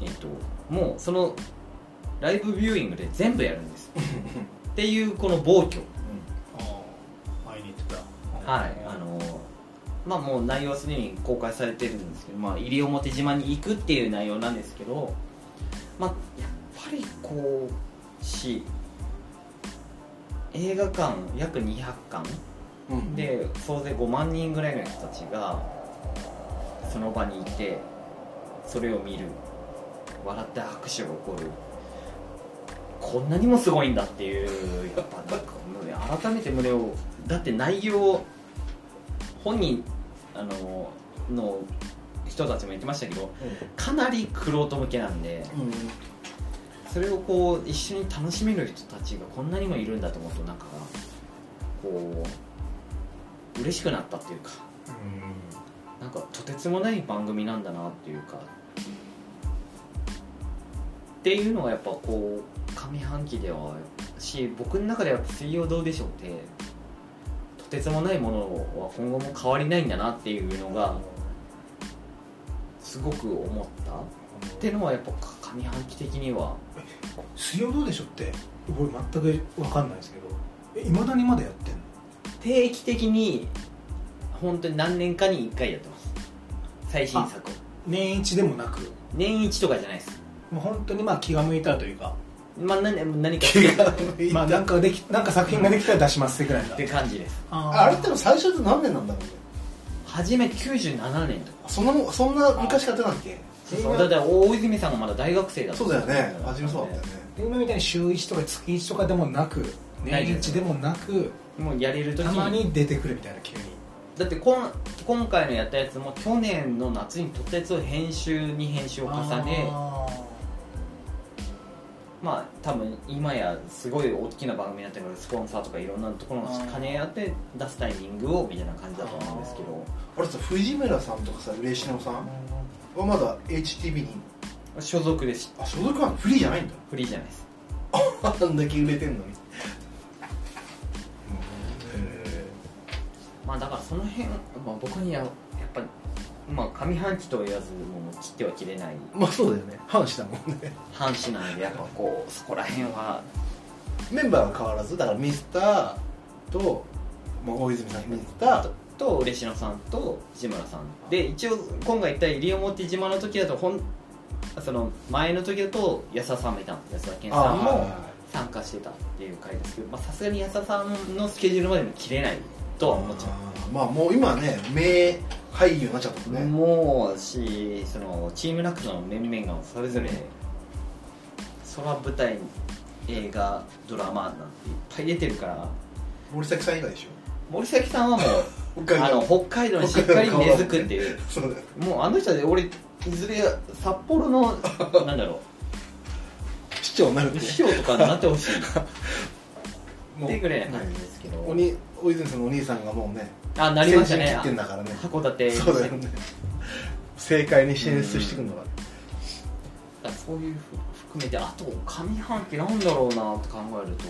えっともうそのライブビューイングで全部やるんですっていうこの暴挙
ああ前に行ってた
はいあのまあもう内容はすでに公開されてるんですけど、まあ、西表島に行くっていう内容なんですけどまあやっぱりこうし映画館約200館
うんうん
で総勢5万人ぐらいの人たちがその場にいてそれを見る笑って拍手が起こるこんなにもすごいんだっていうやっぱなんか胸改めて胸をだって内容本人あのの人たちも言ってましたけどかなり玄人向けなんで
うん
それをこう一緒に楽しめる人たちがこんなにもいるんだと思うとなんかこう嬉しくなったっていうかなんかとてつもない番組なんだなっていうかっていうのはやっぱこう上半期ではし僕の中では「水曜どうでしょう」ってとてつもないものは今後も変わりないんだなっていうのがすごく思ったっていうのはやっぱ上半期的には
水曜どうでしょうって俺全く分かんないですけどいまだにまだやってんの
定期的に本当に何年かに1回やってます最新作を
年一でもなく
年一とかじゃないです
もう本当にまあ気が向いたらというか
まあ何何か
まあなんかできなんか作品ができたら出しますってぐらい
っ
だ
て感じです
あ
あ
あれっても最初って何年なんだろうね
初め97年とか
そんなもんそんな昔からやってたんだっけ
そうそうだって大泉さんがまだ大学生だった
そうだよね初めそうだったよね
今みたいに週1とか月1とかでもなく
ない
年
です
1でもなく
もうやれる時
たまに出てくるみたいな急に
だってこん今回のやったやつも去年の夏に撮ったやつを編集に編集を重ね
あ
まあ多分今やすごい大きな番組になってるからスポンサーとかいろんなところの兼ね合って出すタイミングをみたいな感じだと思うんですけど
あれさ藤村さんとかさ嬉野さんはまだ HTV に
所属です
あ所属はフリーじゃないんだ
フリーじゃないです
あんだけ売れてんのにへ
まあだからその辺、まあ、僕にはやっぱりまあ上半期とは言わずもう切っては切れない
えまあそうだよね反したもんね
半紙なんでやっぱこうそこら辺は
メンバーは変わらずだからミスターと、まあ、大泉さんミスター
と嬉野さんと藤村さんで一応今回行った西表島の時だとほんその前の時だと安田さんもいたんです安田健さん
はいはい
も
は
参加してたっていう回ですけどまあさすがに安田さんのスケジュールまでに切れないとは思っちゃう
あーまあもう今はね名俳優になっちゃったもんね、
もうしそのチームラクションの面々がそれぞれ空舞台映画ドラマなんていっぱい出てるから
森崎さん以外でし
森崎さんはも
ょ
うあの北海道にしっかり根付くっていう
そうだよ
もうあの人で俺いずれ札幌 のなんだろ
市長になるっ
う
て
師匠とかになってほしい
も
ってぐらいな
は
感じですけど、
おに大泉さんのお兄さんがもうね
あなりました
先陣
ね
切ってんだからね
函館
そうだよね政界に進出してくるのが
だからそういうふ含めてあと上半期なんだろうなって考えると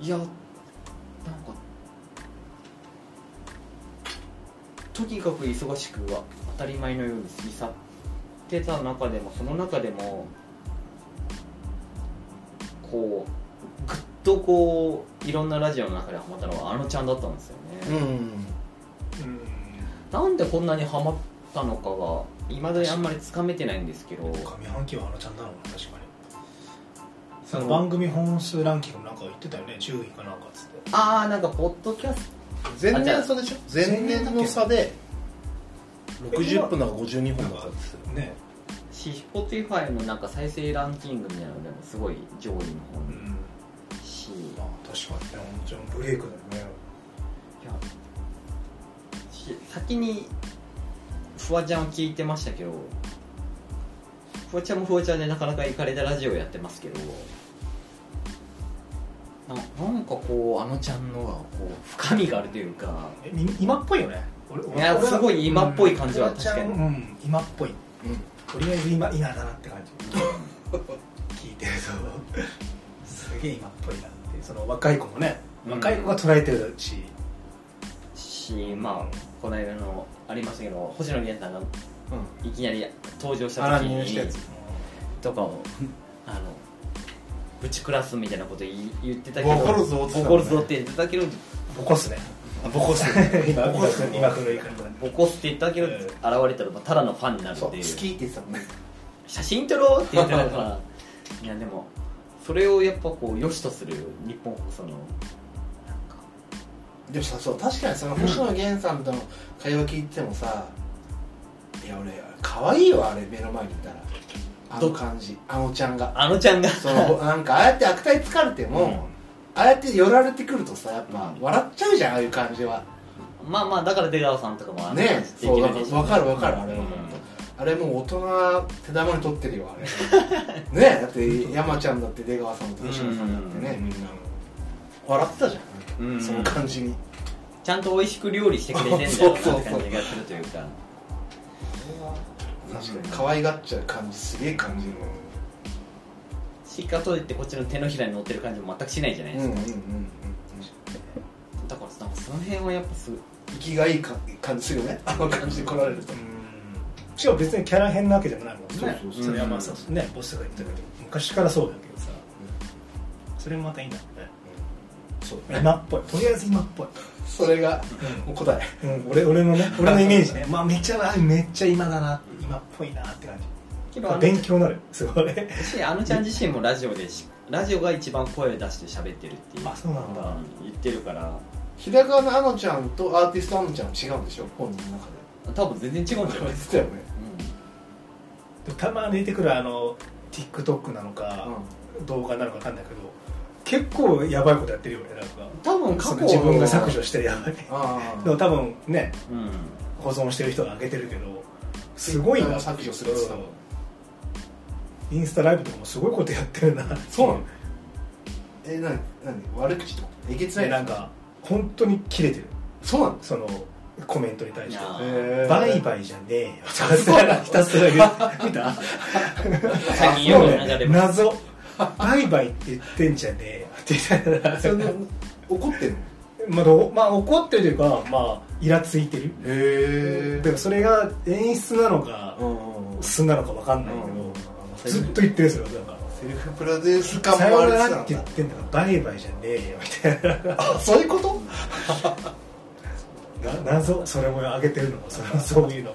いやなんかとにかく忙しくは当たり前のように過ぎ去ってた中でもその中でもこうぐっとこういろんなラジオの中でハマったのはあのちゃんだったんですよね。
うん
なんでこんなにハマったのかがいまだにあんまりつかめてないんですけど
上半期はあのちゃんだろうな確かにその番組本数ランキングなんか言ってたよね10位かなんかっつって
ああなんかポッドキャス
前年差でしょ
ゃあ
前年の差で
け
60分だか52分だかですよ
ね
トシポティファイのなんか再生ランキングみたいなのでもすごい上位の方
う
に
ん
し、
まあ確かにねもちろんブレイクだよね
いやし先にフワちゃんを聞いてましたけどフワちゃんもフワちゃんでなかなか行かれたラジオやってますけどななんかこうあのちゃんのがこう深みがあるというか
えみ今っぽいよね俺
いや
俺は
すごい今っぽい感じは
うんおばちゃん
確かに
うん今っぽいとりあえず今今だなって感じ聞いてるとすげえ今っぽいなってその若い子もね
うん
若い子が捉えてるし、
しまあこの間のありましたけど星野源さんがいきなり登場した時
乱入したや
に
つ
とかをあのぶち暮らすみたいなこと言い言ってたけど
ボコるぞって言ってた
ボ
もんね
コるぞって言ってたけど
ボコっすね
あボコス
今
ボコっすね
今古い感じだね
ボコすって言ったけど、
ええ
現れたらただのファンになる
そう
っ
好
て
き
いう
って言ってたもんね
写真撮ろうって言ってたから いやでもそれをやっぱこう良しとする日本放送のなんか
でもさそう確かにその星野源さんとの会話聞いてもさいや俺可愛いよあれ目の前にいたらあの感じあのちゃんが
あのちゃんが
そのなんかああやって悪態つかれても、
うん
ああやって寄られてくるとさやっぱ
うん
笑っちゃうじゃんああいう感じは
まあまあだから出川さんとかもあんな感
ね
じで
そう
き
だ
る
か
で
ら
しょ
分かる分かるあれは、
うん
あれもう大人手玉に取ってるよあれ ねだって山ちゃんだって出川さんだって星野さんだってね、
うん
みんな笑ってたじゃん、
うん
その感じに
ちゃんと美味しく料理してくれてんだよなって感じがするというか
確かに可愛がっちゃう感じすげえ感じる
しかといってこっちの手のひらに乗ってる感じも全くしないじゃない
うん
で
う
す
んうん
か、
うん
だからなんかその辺はやっぱす
息がいいか感じするよねあ の感じで来られると
うんしかも別にキャラ変なわけでもないもんね
そうそうそう
れはまあさねボスが言ってたけど昔からそうだけどさそれもまたいいんだろ
そう
うね今っぽいとりあえず今っぽい、
それがもう答え
うん、俺俺の ね俺のイメージね、まあ、めっちゃあめっちゃ今だな今っぽいなって感じ
けどあの
勉強になるすごい
しあのちゃん自身もラジオでしラジオが一番声を出して喋ってるっていう
あそうなんだ
言ってるから
平川のあのちゃんとアーティストあのちゃんは違うんでしょ本人の中で
多分全然違うんじゃない
言
で
っ
す
て
か、
たよね
でもたまに出てくるあの TikTok なのか、動画なのか分かんないけど結構やばいことやってるよねなんか
多分過去
その
の
自分が削除してるやばい
ああ
でも多分ね
うん
保存してる人が上げてるけどすごい
Twitter
な
の削除するやつだもん
インスタライブとかもすごいことやってるな
そうなのえなになに悪口とかえげつな
で
い
なんか本当にキレてる
そうなん
そのコメントに対し
いや
て「
へー
バイバイじゃねえよ」とかさひたすら言う見た
最近
も
よ
う
く流れ
ね
ます
謎バイバイって言ってんじゃねえよって言ったら
それで怒ってんの
まあどうまあ怒ってるというかまあイラついてる
へ
でもそれが演出なのか
うんうんうんセ
素なのか分かんないけ
うん
どずっと言ってるんですよだから
ルフプロデュー
「
ス感
さ
もあ
よ
る
な
し
ら」
さ
って言ってんだから「バイバイじゃねえよ」みたい
あそういうこと
なな謎それも上げてるのもそれもそういうの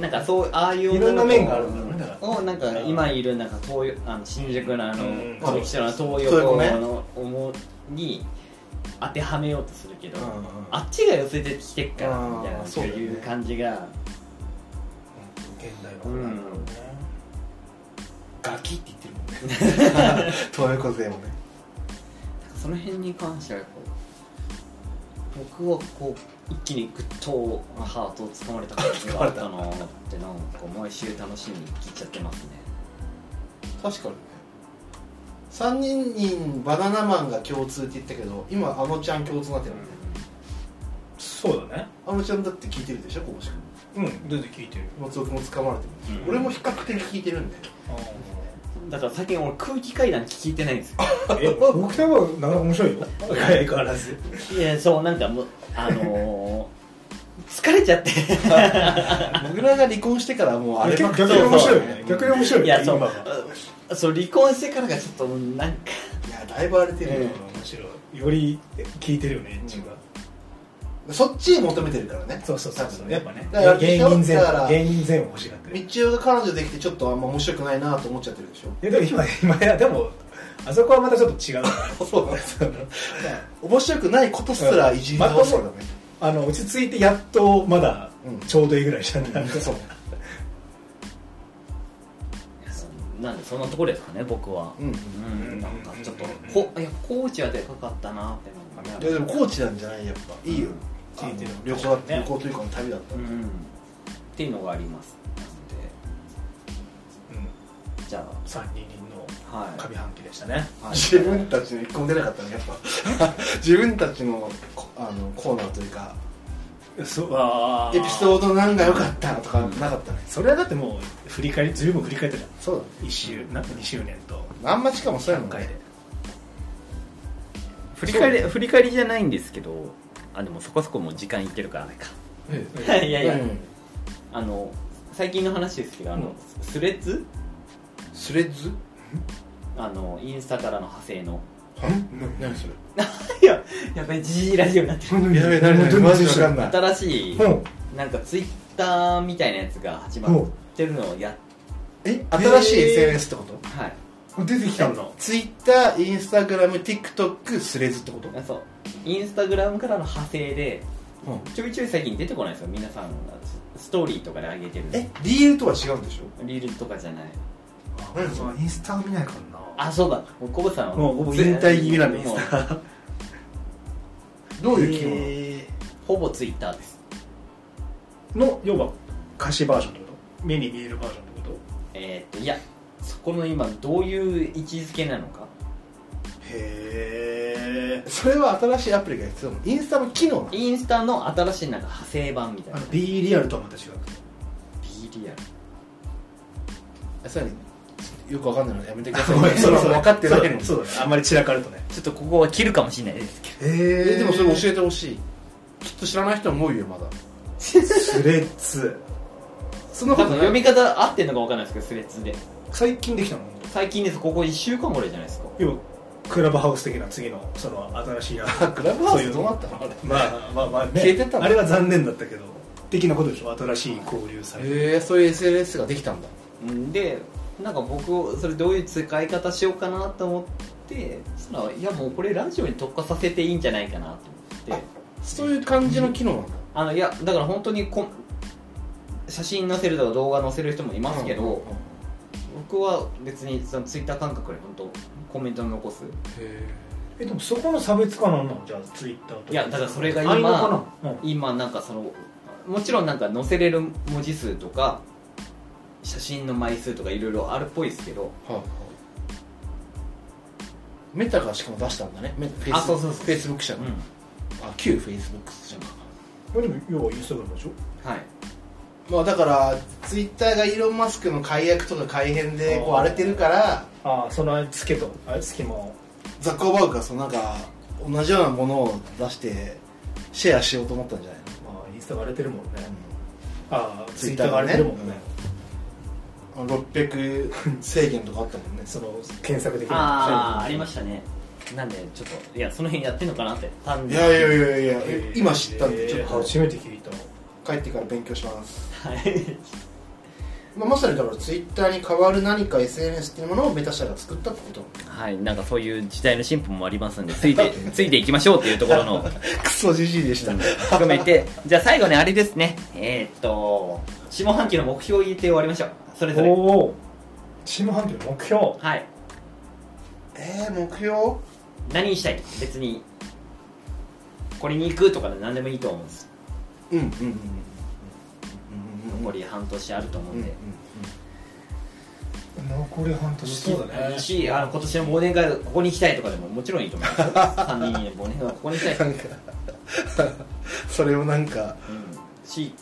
なんかそうああいう
いろんな面があるんだろうねだから
をなんか今いるなんか東洋あの新宿のあの
うん
歌舞伎町の東
そういう
横
ことね
の思いに当てはめようとするけど、
うんうん
あっちが寄せてきてっから
うん
みたいな
そ
そうう
だよね
いう感じが
現代の方なんだろうね、
ガキって言ってるも んね東横勢もね
その辺に関してはこう僕はこう一気にグッとハートをつかまれた感じがあったなーってなんか毎週楽しみに聞いちゃってますね
確かにね3人にバナナマンが共通って言ったけど今あのちゃん共通になってるもんね
そうだね
あのちゃんだって聞いてるでしょこうし
うん全然聞いてる
松尾君も掴まれてる、
うん
俺も比較的聞いてるんだよ
だから最近俺空気階段聞いてないんですよ
え僕多分なかなか面白いよ相変わらず
いやそうなんかもうあの ー疲れちゃって
僕らが離婚してからもうあればっ
逆
かり
に面白いよ
い
ね逆に面白いよ
いやそう
今が
そう離婚してからがちょっとなんか
やだいぶ荒れてるよ、
面白いより聞いてるよねエッチが、
そっち求めてるからね
そうそうそうそうやっぱね
だから
芸人全
だから
部芸人全部欲しがってるい
道夫が彼女できてちょっとあんま面白くないなと思っちゃってるでしょ
やでも今今やでもあそこはまたちょっと違う
そうだね面白くないことすらいじり倒すからね、
あの落ち着いてやっとまだ
うん
ちょうどいいぐらいじゃん、
うんそう
なんでそんなところですかね僕は
うん、い
うんなんかちょっとこいやコーチはでかかったなってなんかね
やでもコーチなんじゃないやっぱいいよ、
聞いてる
あの旅行だって旅行というか旅だった
う
ら、
んっていうのがありますな
う
のでじゃ
ん、3人の
あはい
上半期でしたね
はい
自分たちの一個も出なかったねやっぱ 自分たちのこあのコーナーというか
そうあ
エピソ
ード
ードなんか良かったとかなかったね、
それはだってもう振り返り十分振り返ったじゃ
そうだね
ん1周なんか2周年と
あんましかもそうやもん
回で
ね
振り返り振り返りじゃないんですけどあでもそこそこもう時間いってるからあれか いやいや、
うん
あの最近の話ですけどあの、スレッズ
スレッズ
あのインスタからの派生の
何それ
いや やっぱりジジイラジオになってる
やべえ何何マジで知らんな
新しい
うん
なんかツイッターみたいなやつが始まってるのをやっ
え新しい SNS ってこと
はい
出てきたんだ
ツイッターインスタグラム TikTok スレッズってこと
あそうインスタグラムからの派生で
うん
ちょいちょい最近出てこないですよ皆さんがスストーリーとかで上げてる
え理由とは違うんでしょ
リールとかじゃない
何
そのインスタを見ないからな
あそうだもうコブさんは
もう僕
全体気味なんで
もう
どういう機能
え
ほぼツイッターです
ーの要は歌詞バージョンってこと目に見えるバージョンってこと
えーっといやそこの今どういう位置づけなのか
へえ
それは新しいアプリが必要なのインスタの機能なの
インスタの新しいなんか派生版みたいな
B リアルとはまた違う
B リアル
えそれよくわかんないのやめてくだ
ごめん
それは分かってるだけなの
そうだねあんまり散らかるとね
ちょっとここは切るかもしれないですけど
え
えでもそれ
え
教えてほしいきっと知らない人も多いよまだ
スレッズ
その
多分
読
読
み
み方合ってんのか分かんないですけどスレッズで
最近できたの
最近ですここ1週間ぐらいじゃないですか
要はクラブハウス的な次のその新しいやつ
クラブハウスどうなったのあれ
まあまあまあね
消えてったの
あれは残念だったけど的なことでしょ新しい交流サイト
へえそういう SNS ができたんだ
うんでなんか僕それどういう使い方しようかなと思ってそしたらいやもうこれラジオに特化させていいんじゃないかなと思って
そういう感じの機能なんだ
あのいやだから本当にこん写真載せるとか動画載せる人もいますけど、
うんうんうんへ
僕は別にそのツイッター感覚で本当コメント残す
え
えでもそこの差別化なんなのじゃあツイッターと
いやだからそれが
あいいのかなうん
今なんかそのもちろんなんか載せれる文字数とか写真の枚数とかいろいろあるっぽいですけど
はいはいメタがしかも出したんだねメフェイス
あそうそうそう
フェイスブック社の、あ旧フェイスブック社か
これでも要はインスタグラムでしょ
はい
まあだからツイッターがイーロン・マスクの解約とか改変でこう
あー
荒れてるから
ああそのつけとあれ隙間を
ザッカーバーグがそのなんか同じようなものを出してシェアしようと思ったんじゃないの、
まあインスタが荒れてるもんね、ああツイッタ
Twitter
ーが荒れてるもんね
ねうん、あの600制限とかあったも んね
その検索できない
ああありましたねなんでちょっといやその辺やってんのかなって単
い
に
やいやいやいや
えー
今知ったんでちょっと、
初めて聞いた
帰ってから勉強します、
はい
まあ、まさにだからツイッターに代わる何か SNS っていうものをベタ社が作ったってこ
はい、なんかそういう時代の進歩もありますんでつ いてついていきましょうっていうところの
とクソじじいでした、
含めてじゃあ最後ねあれですねえーっと下半期の目標を言って終わりましょうそれぞれ
おお下半期の目標
はい
えー、目標
何にしたい別にこれに行くとかで何でもいいと思うんです
うんうんうんうんうんうんうんうんうん
残り半年あると思うんで、
残り半年そうだね
しあの今年の忘年会ここに行きたいとかでももちろんいいと思います 3人の忘年会はここに行きたい、
なんかそれをなんか
うん、し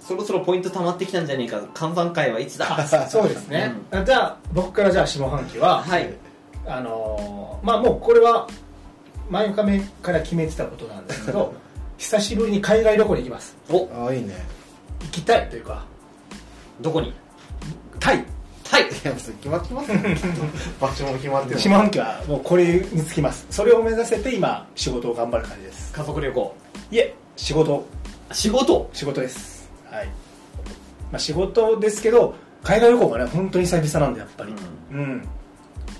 そろそろポイント溜まってきたんじゃねえか看板会はいつだ
そうです ね、あじゃあ僕からじゃあ下半期は、
はい
あのーまあもうこれは前日目から決めてたことなんですけ ど久しぶりに海外旅行に行きます
お
ああいいね
行きたいというか
どこに
タイ
タイ
いやそれ決まってますよ 場所も決まってる
下半期はもうこれにつきますそれを目指せて今仕事を頑張る感じです
家族旅行
いえ仕事
仕事
仕事ですはい、まあ、仕事ですけど海外旅行がね本当に久々なんでやっぱりうん、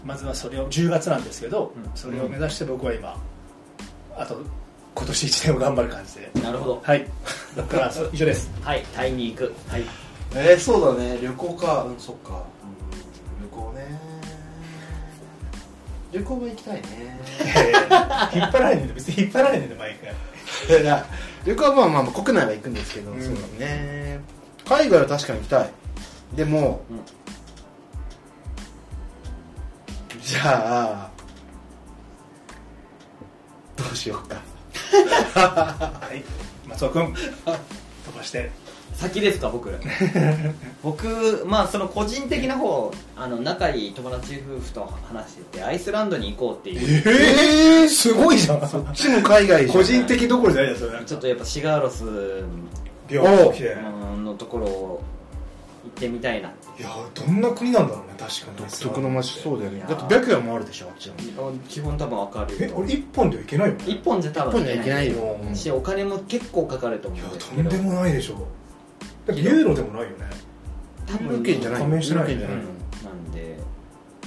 まずはそれを10月なんですけど、
うん
それを目指して僕は今あと今年1年を頑張る感じで
なるほど
はい僕から以上 です
はいタイに行くはい
えー、そうだね旅行かうんそっかうん旅行ね旅行は行きたいね
引っ張られねえんで別に引っ張られねえんで毎 回
いやいや旅行はまあまあまあ国内は行くんですけど、
うん
そうだね海外は確かに行きたいでも、
うん
じゃあどうしようか
はい松尾君飛ばして
先ですか僕僕まあその個人的な方あの仲いい友達夫婦と話しててアイスランドに行こうっていう
ええすごいじゃん
こっちも海外じゃん
個人的どころじゃないですよ
ちょっとやっぱシガーロス
病気でいや
のところを行ってみたいな
どんな国なんだろうね確かに
独特の街そうだよね
いや
だ
ー
って白夜もあるでしょあっちの
基本多分明るい
え
と思う
俺一本ではいけないよね
一本じゃ多分
日本には行けないよ、
うん
しお金も結構かかると
い
思
や
うんです
と
け
ん
ど
でもないでしょだってユーロでもないよね
多
ユーロ
分
圏じゃない
加盟してない
ユーロ圏じゃない
うんなんで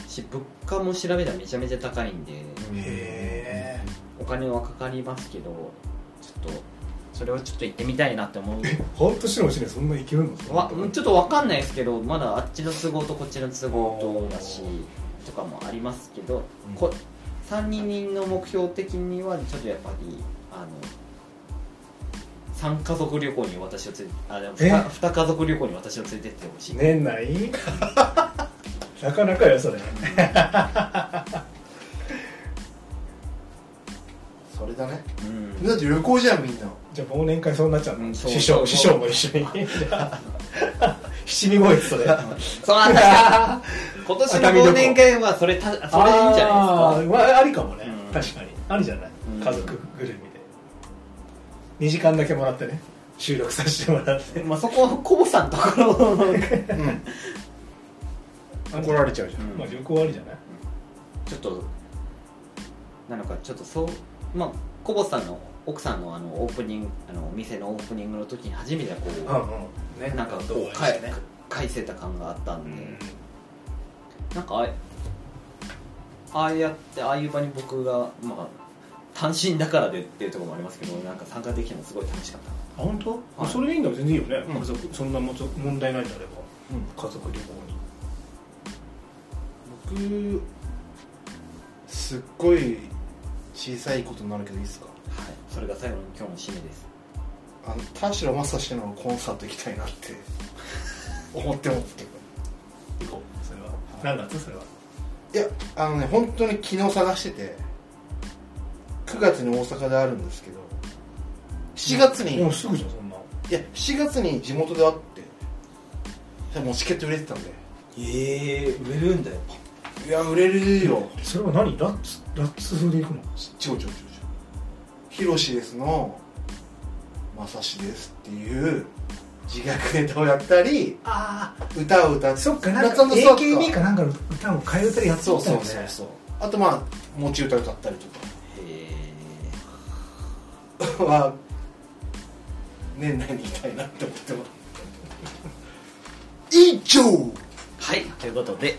し物価も調べたらめちゃめちゃ高いんで
うん
へえ
お金はかかりますけどちょっとそれをちょっと行ってみたいなって思う
半年のうちにそんなにいけるの
わちょっとわかんないですけどまだあっちの都合とこっちの都合とだしとかもありますけど、
うん
こ3人の目標的にはちょっとやっぱりあの3家族旅行に私を連れてあでも 2,
え
家族旅行に私を連れてってほしい、
年内 なかなかよそれ
それだね
うん
だって旅行じゃんみんな
じゃあ忘年会そうなっちゃう
う
の
んそう
師匠師匠も 一緒に七味声それ
そうなんだ今年の忘年会はそれたそれいいんじゃないですか
あーまあありかもね、
うん
確かにありじゃない、
うん
家族ぐるみで2時間だけもらってね収録させてもらって
まあ、そこはコボさんのところの
うん
あ
怒られちゃうじゃん
うん
まあ旅行ありじゃない
ちょっとなのかちょっとそうまあコボさんの奥さんのあのオープニングあのお店のオープニングの時に初めてこう、
うんね
なんかこう
応援して
返返せた感があった
うん
で、
ん
なんかああいああやってああいう場に僕がまあ単身だからでっていうところもありますけどなんか参加できたのすごい楽しかったな
あ本当、
はい
それでいいんだよ全然いいよね、
うん
家族そんなもと問題ないんであれば
うん
家族旅行に
僕すっごい小さいことになるけどいいですか
はいそれが最後の今日の締めです
あの田代正史のコンサート行きたいなって 思ってますけど
行こうそれは何月それはい
やあのね本当に昨日探してて9月に大阪であるんですけど7月に、
も
いう
すぐじゃんそんな
や7月に地元で会ってもうチケット売れてたんで
ええ売れるんだよ
いや売れるよ
それは何ラッツラッツ風で行くの
ちょちょちょちょヒロシですのまさしですっていう自虐ネタをやったり
あ
歌を歌っ
あ
て
そっかなんか
夏のそう
AKB かなんかの歌を替え歌でやってた
そ
よ
う
ね
そうそうそうあとまあ持ち歌歌ったりと
へえ
かは年内に行きたいなって思ってます以上
はいということで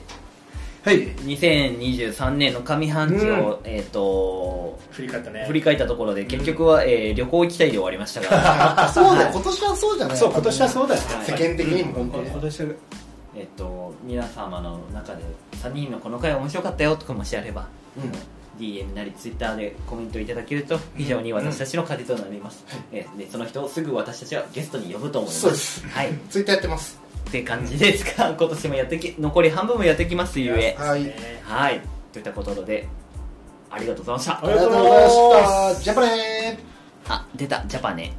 はい
2023年の上半期を、えっ、と
振り返ったね
振り返ったところで結局は、えー旅行行きたいで終わりました が
そうだよ今年はそうじゃない
そう今年はそうだよ
はい
世間的にも本当に
今年は
えっと皆様の中で3人のこの回面白かったよとかもしあれば
うん
DM なり Twitter でコメントいただけると非常に私たちの糧となります、えーでその人をすぐ私たちはゲストに呼ぶと思います
そうです
はいっ
ツイッターやってます
て感じですが今年もやってき残り半分もやってきますゆえ
はい
え
はいといったことでありがとうございました
ありがとうございました
じゃあまたねー
あ出たジャパネ